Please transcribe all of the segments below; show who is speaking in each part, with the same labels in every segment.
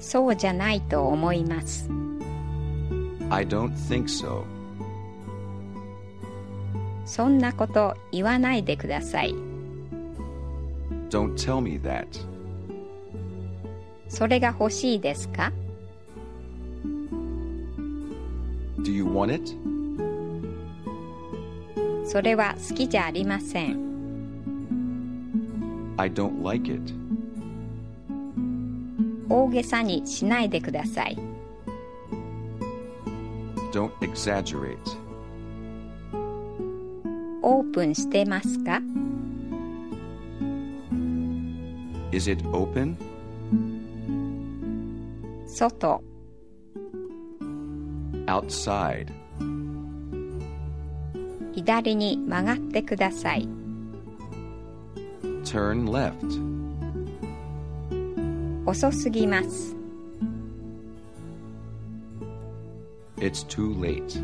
Speaker 1: そうじゃないと思います。
Speaker 2: I don't think so.
Speaker 1: そんなこと言わないでください。
Speaker 2: Don't tell me that.
Speaker 1: それが欲しいですか
Speaker 2: Do you want it?
Speaker 1: それは好きじゃありません。
Speaker 2: I don't like it.
Speaker 1: 大げさにしないでください。
Speaker 2: Don't exaggerate.
Speaker 1: オープンしてますか
Speaker 2: Is it open?
Speaker 1: 外、
Speaker 2: Outside.
Speaker 1: 左に曲がってください。
Speaker 2: Turn left.
Speaker 1: 遅すぎます。
Speaker 2: It's too late.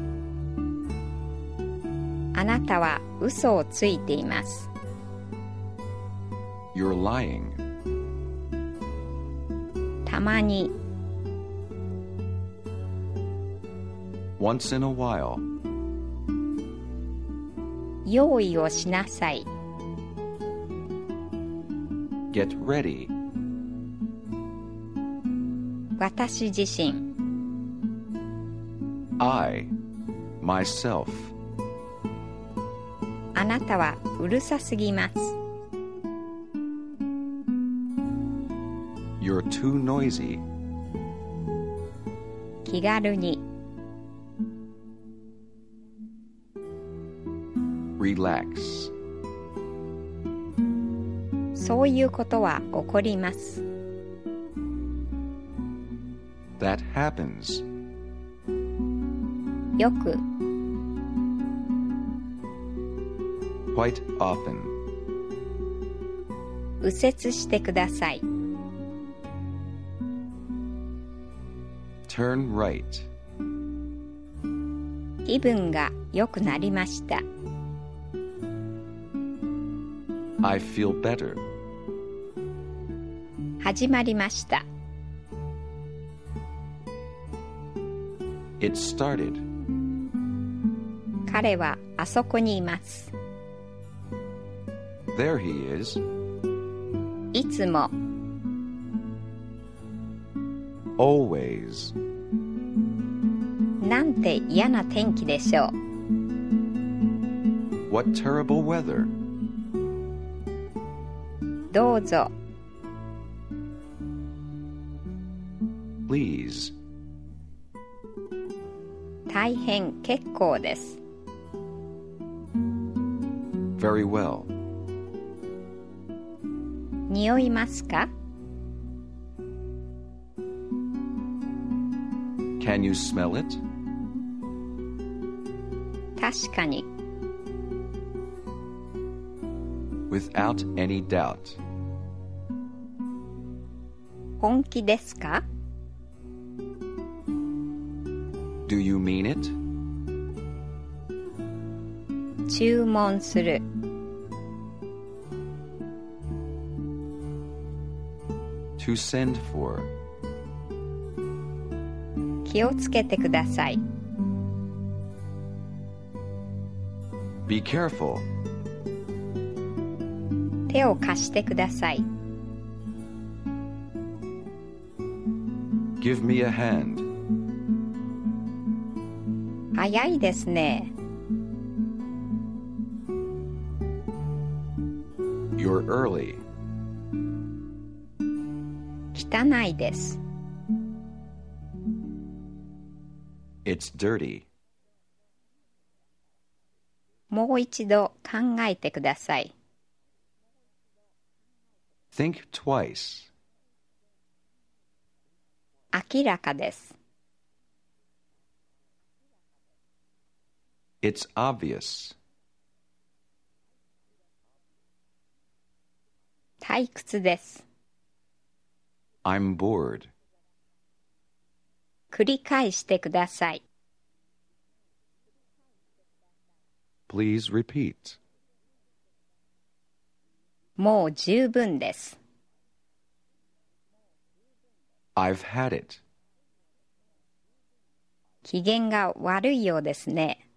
Speaker 1: あなたは嘘をついています。
Speaker 2: You're lying.
Speaker 1: たまに
Speaker 2: Once in a while.
Speaker 1: 用意をしなさい。
Speaker 2: Get ready.
Speaker 1: 私自身、
Speaker 2: I. Myself.
Speaker 1: あなたはうるさすぎます。
Speaker 2: You're too noisy.
Speaker 1: 気軽に
Speaker 2: Relax.
Speaker 1: そういうことは起こります。
Speaker 2: That happens.
Speaker 1: よく
Speaker 2: Quite often.
Speaker 1: 右折してください。
Speaker 2: Turn right.
Speaker 1: 気分が良くなりました。
Speaker 2: I feel better.
Speaker 1: 始まりました。
Speaker 2: It started.
Speaker 1: 彼はあそこにいます。
Speaker 2: There he is.
Speaker 1: いつも
Speaker 2: Always.
Speaker 1: なんて嫌な天気でしょう。
Speaker 2: What terrible weather.
Speaker 1: どうぞ
Speaker 2: Please.
Speaker 1: 大変結構です。
Speaker 2: Very well.
Speaker 1: 匂いますか
Speaker 2: Can you smell it?
Speaker 1: 確かに
Speaker 2: Without any doubt.
Speaker 1: 本気ですか
Speaker 2: Do you mean it?
Speaker 1: 注文する
Speaker 2: To send for.
Speaker 1: 気をつけてください
Speaker 2: Be careful.
Speaker 1: 手を貸してください
Speaker 2: Give me a hand.
Speaker 1: 早いですね
Speaker 2: You're early.
Speaker 1: 汚いです
Speaker 2: It's dirty.
Speaker 1: もう一度考えてください
Speaker 2: Think twice.
Speaker 1: 明らかです
Speaker 2: It's obvious.
Speaker 1: 退屈です
Speaker 2: I'm bored.
Speaker 1: 繰り返してください
Speaker 2: Please repeat.
Speaker 1: もう十分です
Speaker 2: I've had it.
Speaker 1: 機嫌が悪いようですね。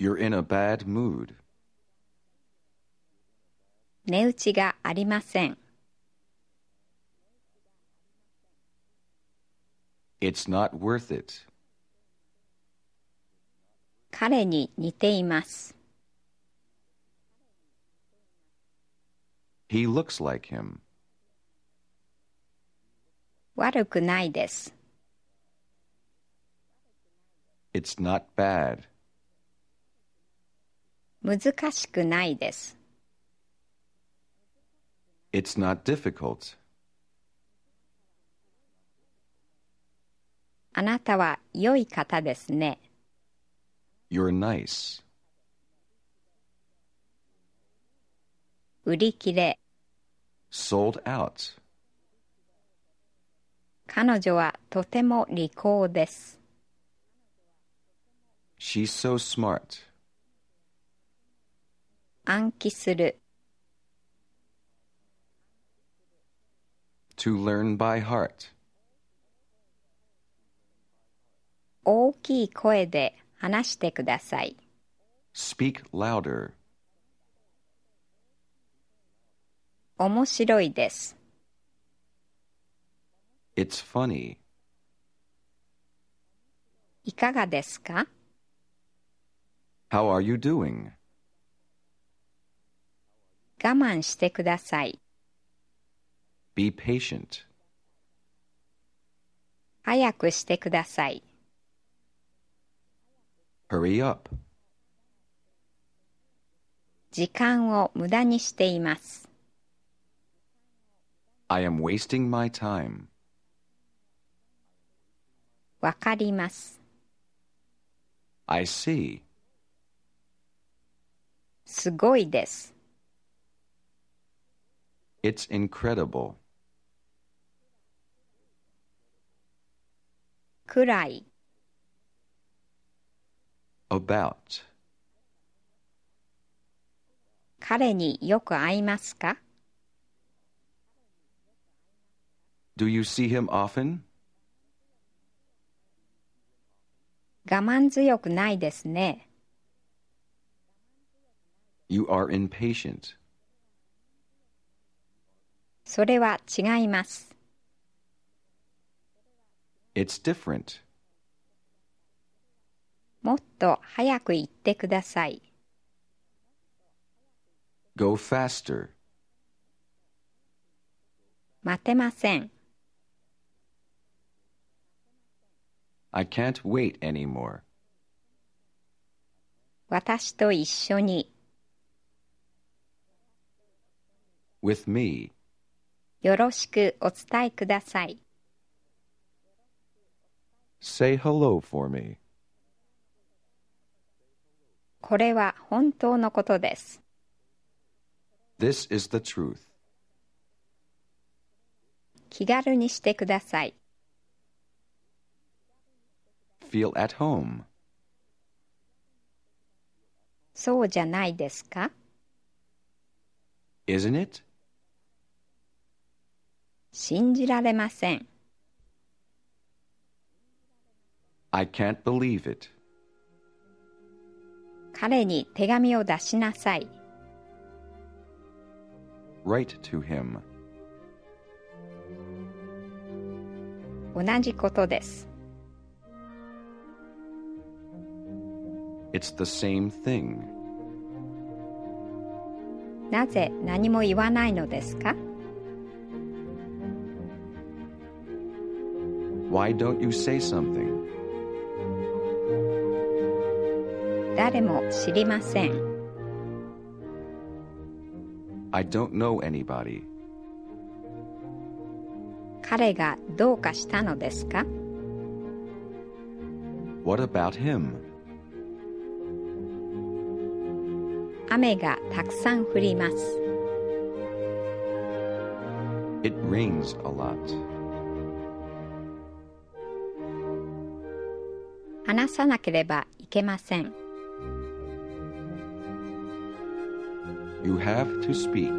Speaker 2: You're in a bad mood.
Speaker 1: 値打ちがありません。
Speaker 2: It's not worth it.
Speaker 1: 彼に似ています。
Speaker 2: He looks like him.
Speaker 1: 悪くないです。
Speaker 2: It's not bad.
Speaker 1: 難しくないです。
Speaker 2: It's not difficult.
Speaker 1: あなたは良い方ですね。
Speaker 2: You're nice.
Speaker 1: 売り切れ。
Speaker 2: Sold out.
Speaker 1: 彼女はとても利口です。
Speaker 2: She's so smart.
Speaker 1: 暗記する。
Speaker 2: To learn by heart.
Speaker 1: 大きい声で話してください。
Speaker 2: Speak louder.
Speaker 1: 面白いです。
Speaker 2: It's funny.
Speaker 1: いかがですか
Speaker 2: How are you doing?
Speaker 1: 我慢してください。
Speaker 2: Be patient.
Speaker 1: 早くしてください。
Speaker 2: Hurry up.
Speaker 1: 時間を無駄にしています。
Speaker 2: I am wasting my time.
Speaker 1: わかります。
Speaker 2: I see.
Speaker 1: すごいです。
Speaker 2: It's incredible.
Speaker 1: くらい。
Speaker 2: About.
Speaker 1: 彼によく会いますか
Speaker 2: Do you see him often?
Speaker 1: 我慢強くないですね。
Speaker 2: You are impatient.
Speaker 1: それは違います。
Speaker 2: It's different.
Speaker 1: もっと早く言ってください。
Speaker 2: Go faster.
Speaker 1: 待てません。
Speaker 2: I can't wait anymore.
Speaker 1: 私と一緒に。
Speaker 2: With me.
Speaker 1: よろしくお伝えください。
Speaker 2: Say hello for me.
Speaker 1: これは本当のことです。
Speaker 2: This is the truth.
Speaker 1: 気軽にしてください。
Speaker 2: Feel at home.
Speaker 1: そうじゃないですか
Speaker 2: Isn't it?
Speaker 1: 信じられません。
Speaker 2: I can't believe it.
Speaker 1: 彼に手紙を出しなさい。
Speaker 2: Write to him.
Speaker 1: 同じことです。
Speaker 2: It's the same thing.
Speaker 1: なぜ何も言わないのですか
Speaker 2: Why don't you say something?
Speaker 1: 誰も知りません。
Speaker 2: I don't know anybody.
Speaker 1: 彼がどうかしたのですか
Speaker 2: What about him?
Speaker 1: 雨がたくさん降ります。
Speaker 2: It rains a lot.
Speaker 1: 話さなければいけません。
Speaker 2: You have to speak.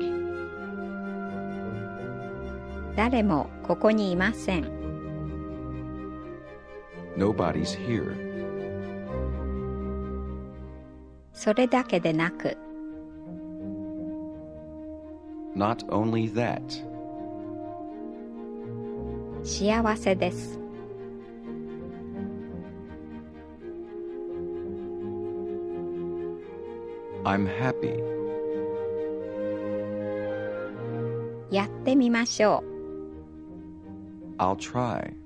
Speaker 1: 誰もここにいません。
Speaker 2: Nobody's here.
Speaker 1: それだけでなく、
Speaker 2: Not only that,
Speaker 1: 幸せです。
Speaker 2: I'm happy.
Speaker 1: やってみましょう。
Speaker 2: I'll try.